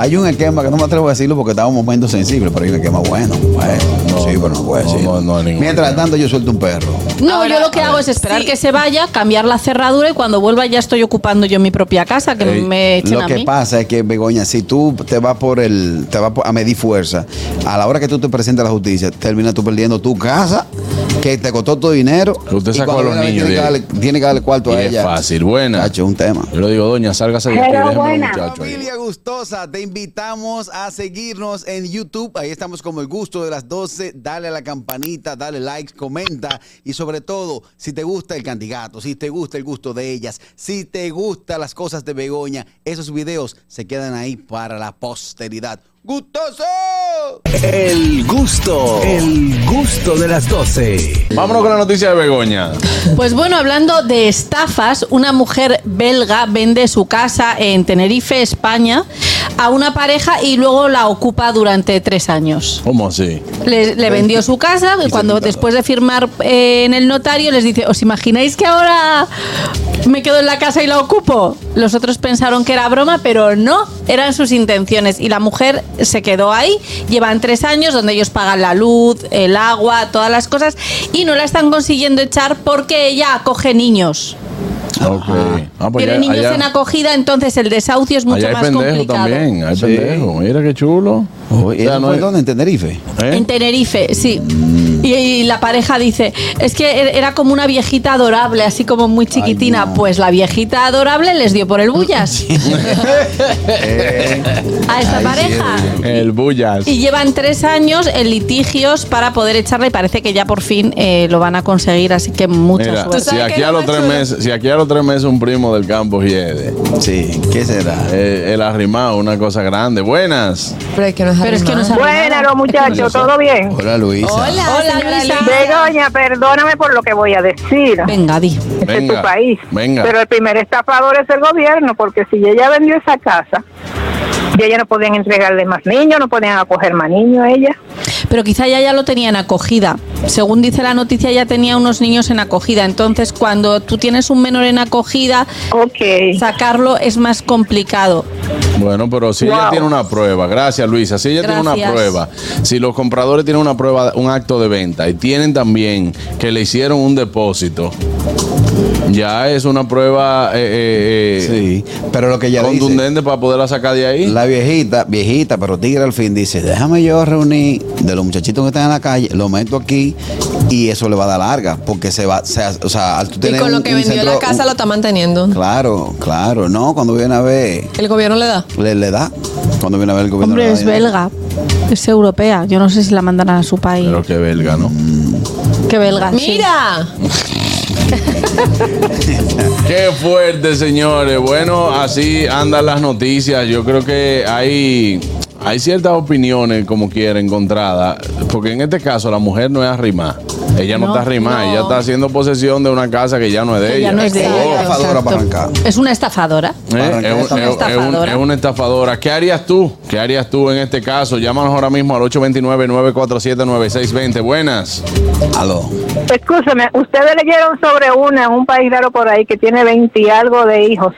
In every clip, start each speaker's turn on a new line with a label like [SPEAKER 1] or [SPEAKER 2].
[SPEAKER 1] Hay un esquema que no me atrevo a decirlo porque está en un momento sensible, pero hay un esquema bueno. bueno
[SPEAKER 2] No,
[SPEAKER 1] sí, pero no puedo
[SPEAKER 2] no,
[SPEAKER 1] decir.
[SPEAKER 2] no, no hay ningún
[SPEAKER 1] Mientras
[SPEAKER 2] esquema.
[SPEAKER 1] tanto, yo suelto un perro.
[SPEAKER 3] No,
[SPEAKER 4] Ahora,
[SPEAKER 3] yo lo que hago es esperar que se vaya, cambiar la cerradura y cuando vuelva ya estoy ocupando yo mi propia casa, que
[SPEAKER 2] Ey,
[SPEAKER 3] me echen
[SPEAKER 1] Lo
[SPEAKER 3] a
[SPEAKER 1] que
[SPEAKER 3] mí.
[SPEAKER 1] pasa es que, Begoña, si tú te vas por el, te vas por- a medir fuerza, a la hora que tú te presentas a la justicia, terminas tú perdiendo tu casa, que te costó tu dinero.
[SPEAKER 2] Que usted
[SPEAKER 1] y
[SPEAKER 2] sacó
[SPEAKER 1] cuando
[SPEAKER 2] a los
[SPEAKER 1] viene Tiene
[SPEAKER 2] niños
[SPEAKER 1] que
[SPEAKER 2] de ahí.
[SPEAKER 1] darle, tiene que darle cuarto
[SPEAKER 2] Y
[SPEAKER 1] a
[SPEAKER 2] es
[SPEAKER 1] ella.
[SPEAKER 2] fácil, buena.
[SPEAKER 1] Cacho, un tema.
[SPEAKER 2] Yo le digo, doña, sálgase de aquí,
[SPEAKER 5] Hello,
[SPEAKER 2] déjeme a un
[SPEAKER 5] buena.
[SPEAKER 2] muchacho ahí.
[SPEAKER 1] Familia gustosa, te invitamos a seguirnos en YouTube. Ahí estamos como el gusto de las 12. Dale a la campanita, dale like, comenta y sobre todo, si te gusta el candidato, si te gusta el gusto de ellas, si te gustan las cosas de Begoña, esos videos se quedan ahí para la posteridad. ¡Gustoso!
[SPEAKER 6] El gusto, el gusto de las 12.
[SPEAKER 2] Vámonos con la noticia de Begoña.
[SPEAKER 3] Pues bueno, hablando de estafas, una mujer belga vende su casa en Tenerife, España, a una pareja y luego la ocupa durante tres años.
[SPEAKER 2] ¿Cómo así?
[SPEAKER 3] Le, le vendió su casa y cuando después de firmar eh, en el notario les dice, ¿os imagináis que ahora me quedo en la casa y la ocupo? Los otros pensaron que era broma, pero no, eran sus intenciones. Y la mujer se quedó ahí, llevan tres años donde ellos pagan la luz, el agua, todas las cosas, y no la están consiguiendo echar porque ella acoge niños.
[SPEAKER 2] Ok. Ah, pues
[SPEAKER 3] Tiene
[SPEAKER 2] ya-
[SPEAKER 3] niños
[SPEAKER 2] allá-
[SPEAKER 3] en acogida, entonces el desahucio es mucho
[SPEAKER 2] allá hay
[SPEAKER 3] más
[SPEAKER 2] pendejo
[SPEAKER 3] complicado.
[SPEAKER 2] también, hay
[SPEAKER 1] Sí.
[SPEAKER 2] pendejo. Mira qué chulo. O sea, no es-
[SPEAKER 1] ¿En Tenerife?
[SPEAKER 2] ¿Eh?
[SPEAKER 3] En Tenerife, sí. Y, y la pareja dice, es que er- era como una viejita adorable, así como muy chiquitina.
[SPEAKER 1] no.
[SPEAKER 3] Pues la viejita adorable les dio por el bullas
[SPEAKER 2] Eh.
[SPEAKER 3] a esta pareja.
[SPEAKER 2] El Bullas.
[SPEAKER 3] Y llevan tres años en litigios para poder echarla y parece que ya por fin eh, lo van a conseguir, así que mucha
[SPEAKER 2] Mira,
[SPEAKER 3] suerte.
[SPEAKER 2] si
[SPEAKER 4] sabes
[SPEAKER 2] aquí,
[SPEAKER 4] qué es
[SPEAKER 2] a
[SPEAKER 4] lo
[SPEAKER 2] los
[SPEAKER 4] más
[SPEAKER 2] tres
[SPEAKER 4] chulo?
[SPEAKER 2] meses, si aquí a los tres meses un primo del campo hiede,
[SPEAKER 1] Sí, ¿qué será?
[SPEAKER 2] eh, el arrimado, una cosa grande. Buenas.
[SPEAKER 4] Pero es que no es
[SPEAKER 3] Pero es que no
[SPEAKER 4] arrimado.
[SPEAKER 3] sabe
[SPEAKER 5] Buenas,
[SPEAKER 3] nada.
[SPEAKER 5] los muchachos, ¿todo bien?
[SPEAKER 1] Hola, Luisa.
[SPEAKER 4] Hola,
[SPEAKER 3] Hola,
[SPEAKER 4] señora
[SPEAKER 3] Luisa.
[SPEAKER 4] Alicia.
[SPEAKER 5] Begoña, perdóname por lo que voy a decir.
[SPEAKER 3] Venga, di.
[SPEAKER 5] Este es
[SPEAKER 2] Venga,
[SPEAKER 5] tu país.
[SPEAKER 2] venga.
[SPEAKER 5] Pero el primer estafador es el gobierno, porque si ella vendió esa casa, y ella no podían entregarle más niños, no podían acoger más niños a ella.
[SPEAKER 3] Pero quizá ya ya lo tenían acogida. Según dice la noticia, ya tenía unos niños en acogida. Entonces, cuando tú tienes un menor en acogida,
[SPEAKER 5] Ok.
[SPEAKER 3] sacarlo es más complicado.
[SPEAKER 2] Bueno, pero si ella
[SPEAKER 5] Wow.
[SPEAKER 2] tiene una prueba, gracias Luisa, si ella tiene
[SPEAKER 3] Gracias.
[SPEAKER 2] una prueba, si los compradores tienen una prueba, un acto de venta y tienen también que le hicieron un depósito, ya es una prueba eh, eh, eh,
[SPEAKER 1] Sí, pero lo que ya dice...
[SPEAKER 2] contundente para poderla sacar de ahí.
[SPEAKER 1] La viejita, viejita, pero tigre al fin, dice, déjame yo reunir de los muchachitos que están en la calle, lo meto aquí y eso le va a dar larga, porque se va, se, hace- o sea, al tú
[SPEAKER 4] Y
[SPEAKER 1] tener
[SPEAKER 4] con lo
[SPEAKER 1] un-
[SPEAKER 4] que
[SPEAKER 1] un
[SPEAKER 4] vendió
[SPEAKER 1] centro-
[SPEAKER 4] la casa
[SPEAKER 1] un-
[SPEAKER 4] lo está manteniendo.
[SPEAKER 1] Claro, claro, no, cuando viene a ver,
[SPEAKER 4] El gobierno le da.
[SPEAKER 1] le, le da, cuando viene a ver el gobierno.
[SPEAKER 3] Hombre,
[SPEAKER 1] le da
[SPEAKER 3] es
[SPEAKER 1] dinero.
[SPEAKER 3] belga. Es europea. Yo no sé si la mandarán a su país.
[SPEAKER 2] Pero que belga, ¿no?
[SPEAKER 3] que belga. sí.
[SPEAKER 4] ¡Mira!
[SPEAKER 2] Qué fuerte, señores. Bueno, así andan las noticias. Yo creo que hay, hay ciertas opiniones, como quiera, encontradas. Porque en este caso, la mujer no es arrimada. Ella no,
[SPEAKER 3] No,
[SPEAKER 2] está arrimada.
[SPEAKER 4] no.
[SPEAKER 2] Ella está haciendo posesión de una casa que ya no es de
[SPEAKER 3] Que
[SPEAKER 2] ella.
[SPEAKER 3] ya no es de
[SPEAKER 1] Oh,
[SPEAKER 3] ella.
[SPEAKER 1] estafadora para
[SPEAKER 3] exacto.
[SPEAKER 1] arrancar.
[SPEAKER 3] Es una estafadora.
[SPEAKER 2] ¿Eh?
[SPEAKER 1] Arranca
[SPEAKER 2] Es, un-
[SPEAKER 1] esta
[SPEAKER 2] es- es un-
[SPEAKER 3] estafadora.
[SPEAKER 2] es una estafadora. ¿Qué harías tú? ¿Qué harías tú en este caso? Llámanos ahora mismo al 829-947-9620. Buenas.
[SPEAKER 1] Aló.
[SPEAKER 5] Escúchame, ustedes leyeron sobre una en un país raro por ahí que tiene 20 y algo de hijos,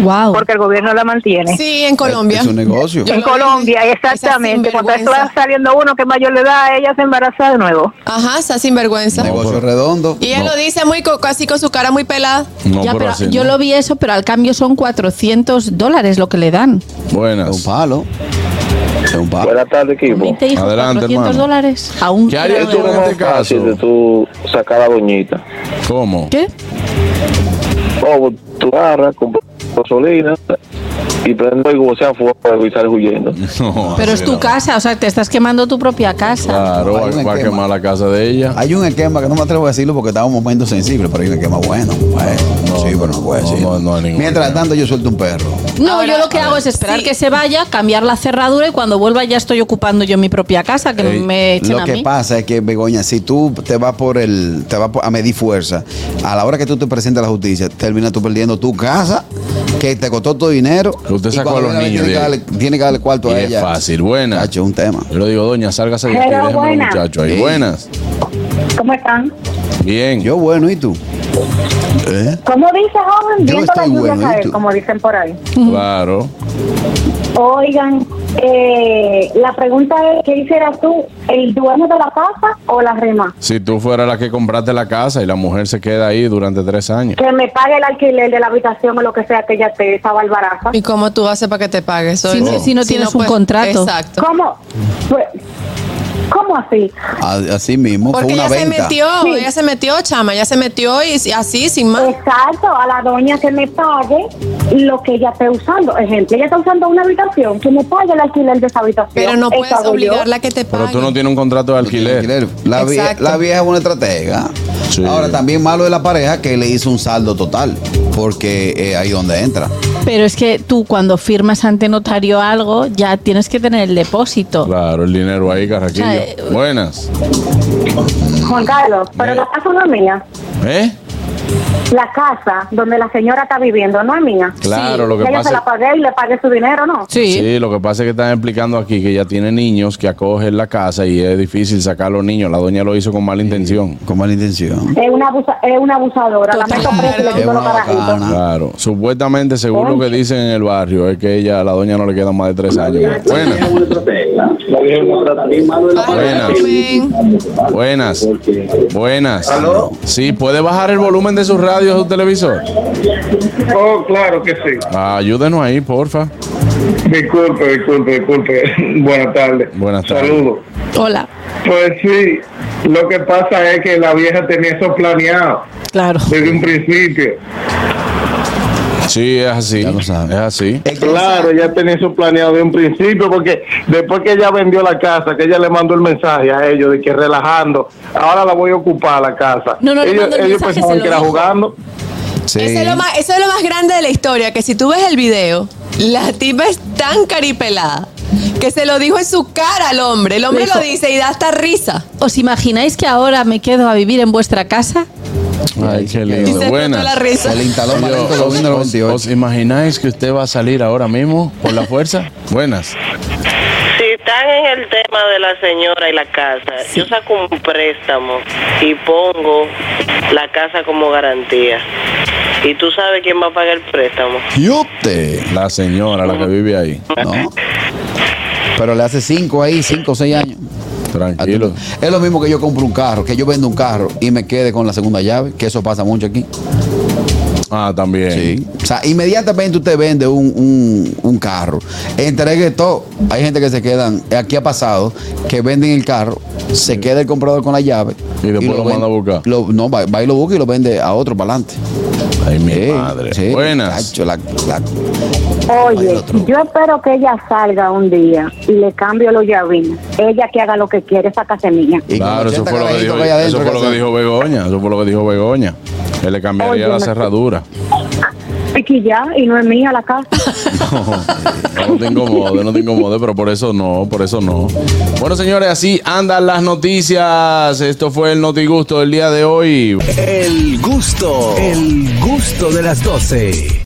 [SPEAKER 3] Wow.
[SPEAKER 5] porque el gobierno la mantiene.
[SPEAKER 4] Oh. Sí, en Colombia.
[SPEAKER 1] Es, es un negocio.
[SPEAKER 4] Yo-
[SPEAKER 5] En
[SPEAKER 4] lo vi.
[SPEAKER 5] Colombia,
[SPEAKER 4] Esa
[SPEAKER 5] exactamente. Cuando está
[SPEAKER 4] sinvergüenza.
[SPEAKER 5] saliendo uno que es mayor de edad, ella se embaraza de nuevo.
[SPEAKER 4] Ajá, está sinvergüenza.
[SPEAKER 1] negocio redondo.
[SPEAKER 4] Y ella
[SPEAKER 2] No.
[SPEAKER 4] lo dice muy co- así con su cara muy pelada.
[SPEAKER 2] No,
[SPEAKER 3] Ya,
[SPEAKER 2] pero
[SPEAKER 3] pero
[SPEAKER 2] así
[SPEAKER 3] yo
[SPEAKER 2] no.
[SPEAKER 3] lo vi eso, pero al cambio son 400 dólares lo que le dan.
[SPEAKER 2] Buenas.
[SPEAKER 1] Es un palo. Es un palo.
[SPEAKER 7] Buenas tardes, equipo.
[SPEAKER 3] Veinte hijos,
[SPEAKER 2] Adelante,
[SPEAKER 3] 400
[SPEAKER 2] hermano.
[SPEAKER 3] dólares. A un
[SPEAKER 2] ¿Qué harías
[SPEAKER 3] kilo
[SPEAKER 2] tú
[SPEAKER 3] de
[SPEAKER 2] en
[SPEAKER 3] huevo.
[SPEAKER 2] este
[SPEAKER 7] Fácil de
[SPEAKER 2] caso?
[SPEAKER 7] tú sacar la doñita.
[SPEAKER 2] ¿Cómo?
[SPEAKER 3] ¿Qué?
[SPEAKER 7] O tú agarras, compras gasolina y prende el sea fuego y sales huyendo.
[SPEAKER 2] No,
[SPEAKER 3] Pero
[SPEAKER 2] así
[SPEAKER 3] es tu
[SPEAKER 2] Ah, no.
[SPEAKER 3] casa, o sea, te estás quemando tu propia casa.
[SPEAKER 2] Claro,
[SPEAKER 1] Hay
[SPEAKER 2] va,
[SPEAKER 1] un
[SPEAKER 2] va a
[SPEAKER 1] esquema.
[SPEAKER 2] quemar la casa de ella.
[SPEAKER 1] Hay un esquema que no me atrevo a decirlo porque está en un momento sensible, pero hay un esquema bueno. bueno sí, pero no puedo
[SPEAKER 2] no,
[SPEAKER 1] decirlo.
[SPEAKER 2] no, no hay ningún
[SPEAKER 1] Mientras
[SPEAKER 2] esquema.
[SPEAKER 1] tanto, yo suelto un perro.
[SPEAKER 3] No,
[SPEAKER 4] Ahora,
[SPEAKER 3] yo lo que
[SPEAKER 4] a
[SPEAKER 3] hago
[SPEAKER 4] ver,
[SPEAKER 3] es esperar
[SPEAKER 4] sí.
[SPEAKER 3] que se vaya, cambiar la cerradura y cuando vuelva ya estoy ocupando yo mi propia casa, que
[SPEAKER 2] Ey,
[SPEAKER 3] me echen
[SPEAKER 1] Lo
[SPEAKER 3] a
[SPEAKER 1] que
[SPEAKER 3] mí.
[SPEAKER 1] pasa es que, Begoña, si tú te vas por el, te vas por- a medir fuerza, a la hora que tú te presentas a la justicia, terminas tú perdiendo tu casa, que te costó tu dinero.
[SPEAKER 2] Que usted
[SPEAKER 1] y
[SPEAKER 2] sacó
[SPEAKER 1] cuando
[SPEAKER 2] a los
[SPEAKER 1] viene
[SPEAKER 2] niños
[SPEAKER 1] Tiene que,
[SPEAKER 2] de
[SPEAKER 1] darle,
[SPEAKER 2] ahí.
[SPEAKER 1] tiene que darle cuarto
[SPEAKER 2] Y
[SPEAKER 1] a
[SPEAKER 2] es
[SPEAKER 1] ella.
[SPEAKER 2] fácil, buena.
[SPEAKER 1] Cacho, un tema.
[SPEAKER 2] Yo le digo, doña, sálgase de aquí,
[SPEAKER 5] Hello,
[SPEAKER 2] déjeme al
[SPEAKER 5] buena.
[SPEAKER 2] muchacho ahí.
[SPEAKER 1] Sí.
[SPEAKER 2] Buenas.
[SPEAKER 5] ¿Cómo están?
[SPEAKER 2] Bien.
[SPEAKER 1] Yo bueno, ¿y tú? ¿Eh?
[SPEAKER 5] ¿Cómo dice, joven?
[SPEAKER 1] Yo
[SPEAKER 5] Viendo la
[SPEAKER 1] estoy
[SPEAKER 5] lluvia
[SPEAKER 1] bueno, ¿y
[SPEAKER 5] caer,
[SPEAKER 1] tú?
[SPEAKER 5] como dicen por ahí.
[SPEAKER 2] Claro.
[SPEAKER 8] Oigan, eh, la pregunta es, ¿qué hicieras tú? ¿El dueño de la casa o la rema?
[SPEAKER 2] Si tú fueras la que compraste la casa y la mujer se queda ahí durante tres años.
[SPEAKER 8] Que me pague el alquiler de la habitación o lo que sea que ella te esa barbaraza.
[SPEAKER 4] ¿Y cómo tú haces para que te pague eso?
[SPEAKER 3] Si no- si no tienes un contrato.
[SPEAKER 4] Exacto.
[SPEAKER 8] ¿Cómo? Pues, ¿Cómo así?
[SPEAKER 1] A- Así mismo, fue
[SPEAKER 4] Porque
[SPEAKER 1] una
[SPEAKER 4] ella se
[SPEAKER 1] venta.
[SPEAKER 4] metió,
[SPEAKER 8] Sí.
[SPEAKER 4] ella se metió, chama, ella se metió y y así, sin más.
[SPEAKER 8] Exacto, a la doña que me pague lo que ella esté usando. Ejemplo, ella está usando una habitación, que me pague el alquiler de esa habitación.
[SPEAKER 4] Pero no
[SPEAKER 8] Eso
[SPEAKER 4] puedes
[SPEAKER 8] hago yo.
[SPEAKER 4] obligarla a que te pague.
[SPEAKER 2] Pero tú no tienes un contrato de alquiler.
[SPEAKER 1] La, vie-
[SPEAKER 4] Exacto.
[SPEAKER 1] la vieja es una estratega.
[SPEAKER 2] Sí.
[SPEAKER 1] Ahora, también malo de la pareja que le hizo un saldo total, porque eh, ahí donde entra.
[SPEAKER 3] Pero es que tú cuando firmas ante notario algo, ya tienes que tener el depósito.
[SPEAKER 2] Claro, el dinero ahí, carraquillo.
[SPEAKER 3] O sea, eh,
[SPEAKER 2] Buenas.
[SPEAKER 8] Juan Carlos, pero
[SPEAKER 2] Eh.
[SPEAKER 8] la casa no es mía.
[SPEAKER 2] ¿Eh?
[SPEAKER 8] La casa donde la señora está viviendo no es mía.
[SPEAKER 2] Claro, lo que
[SPEAKER 8] ella
[SPEAKER 2] pasa
[SPEAKER 8] se la pagué y le pagué su dinero, ¿no?
[SPEAKER 3] Sí.
[SPEAKER 2] Sí, lo que pasa es que están explicando aquí que ya tiene niños que acogen la casa y es difícil sacar a los niños. La doña lo hizo con mala intención.
[SPEAKER 1] Con mala intención.
[SPEAKER 8] Es una, abusa- es una abusadora. La meto
[SPEAKER 4] Claro.
[SPEAKER 8] presa y le
[SPEAKER 1] Es
[SPEAKER 8] quito
[SPEAKER 1] una
[SPEAKER 8] los carajitos.
[SPEAKER 1] bacana.
[SPEAKER 2] Claro. Supuestamente, según lo que dicen en el barrio, es que ella, la doña no le quedan más de tres años. Buenas. Buenas. Buenas. Buenas. Sí, puede bajar el volumen de su radio o su televisor.
[SPEAKER 9] Oh, claro que sí.
[SPEAKER 2] ayúdenos ahí, porfa.
[SPEAKER 9] Disculpe, disculpe, disculpe. Buenas tardes.
[SPEAKER 2] Buenas tardes.
[SPEAKER 9] Saludos.
[SPEAKER 3] Hola.
[SPEAKER 9] Pues sí, lo que pasa es que la vieja tenía eso planeado
[SPEAKER 3] Claro.
[SPEAKER 9] desde un principio.
[SPEAKER 2] Sí, es así.
[SPEAKER 1] Ya lo sabe.
[SPEAKER 2] Es así.
[SPEAKER 9] Claro, ya tenía eso planeado de un principio, porque después que ella vendió la casa, que ella le mandó el mensaje a ellos de que relajando, ahora la voy a ocupar la casa.
[SPEAKER 3] No, no, le
[SPEAKER 9] ellos
[SPEAKER 3] mandó el
[SPEAKER 9] ellos
[SPEAKER 3] mensaje, se
[SPEAKER 9] pensaban
[SPEAKER 3] lo
[SPEAKER 9] que era
[SPEAKER 3] dijo.
[SPEAKER 9] jugando.
[SPEAKER 1] Sí.
[SPEAKER 4] Eso, es lo más, eso es lo más grande de la historia, que si tú ves el video, la tipa es tan caripelada que se lo dijo en su cara al hombre. El hombre
[SPEAKER 3] Le dijo-
[SPEAKER 4] lo dice y da hasta risa.
[SPEAKER 3] ¿Os imagináis que ahora me quedo a vivir en vuestra casa?
[SPEAKER 2] Ay, qué
[SPEAKER 4] Y
[SPEAKER 2] lindo.
[SPEAKER 4] se explotó
[SPEAKER 2] Buenas.
[SPEAKER 4] la risa.
[SPEAKER 1] Se le instaló
[SPEAKER 2] Oye,
[SPEAKER 1] más lento que los Windows
[SPEAKER 2] ¿os,
[SPEAKER 1] 98.
[SPEAKER 2] os imagináis que usted va a salir ahora mismo por la fuerza? Buenas.
[SPEAKER 10] Si están en el tema de la señora y la casa, yo saco un préstamo y pongo la casa como garantía. ¿Y tú sabes quién va a pagar el préstamo?
[SPEAKER 1] Yute.
[SPEAKER 2] La señora, la que vive ahí.
[SPEAKER 1] No. Pero le hace cinco ahí, cinco o seis años.
[SPEAKER 2] Tranquilo.
[SPEAKER 1] Es lo mismo que yo compro un carro, que yo vendo un carro y me quede con la segunda llave, que eso pasa mucho aquí.
[SPEAKER 2] Ah, también.
[SPEAKER 1] Sí. O sea, inmediatamente usted vende un, un- un carro. Entregue todo. Hay gente que se quedan, aquí ha pasado, que venden el carro, se queda el comprador con la llave.
[SPEAKER 2] Y después lo
[SPEAKER 1] ven-
[SPEAKER 2] manda a buscar.
[SPEAKER 1] lo- no, va, va y lo busca y lo vende a otro para adelante.
[SPEAKER 2] Ay, mi madre. Buenas.
[SPEAKER 1] Ay, el
[SPEAKER 8] Oye,
[SPEAKER 1] otro.
[SPEAKER 8] yo espero que ella salga un día y le cambio los llavines. Ella que haga lo que quiere, esa casa es mía.
[SPEAKER 2] Claro, eso fue lo que dijo, eso fue lo que dijo Begoña. Eso fue lo que dijo Begoña. Que le cambiaría
[SPEAKER 8] Oye,
[SPEAKER 2] la
[SPEAKER 8] me-
[SPEAKER 2] cerradura.
[SPEAKER 8] Y que ya, y no es mía la casa.
[SPEAKER 2] No te incomode, no te incomode, pero por eso no, por eso no. Bueno, señores, así andan las noticias. Esto fue el Notigusto del día de hoy.
[SPEAKER 6] El gusto. El gusto de las doce.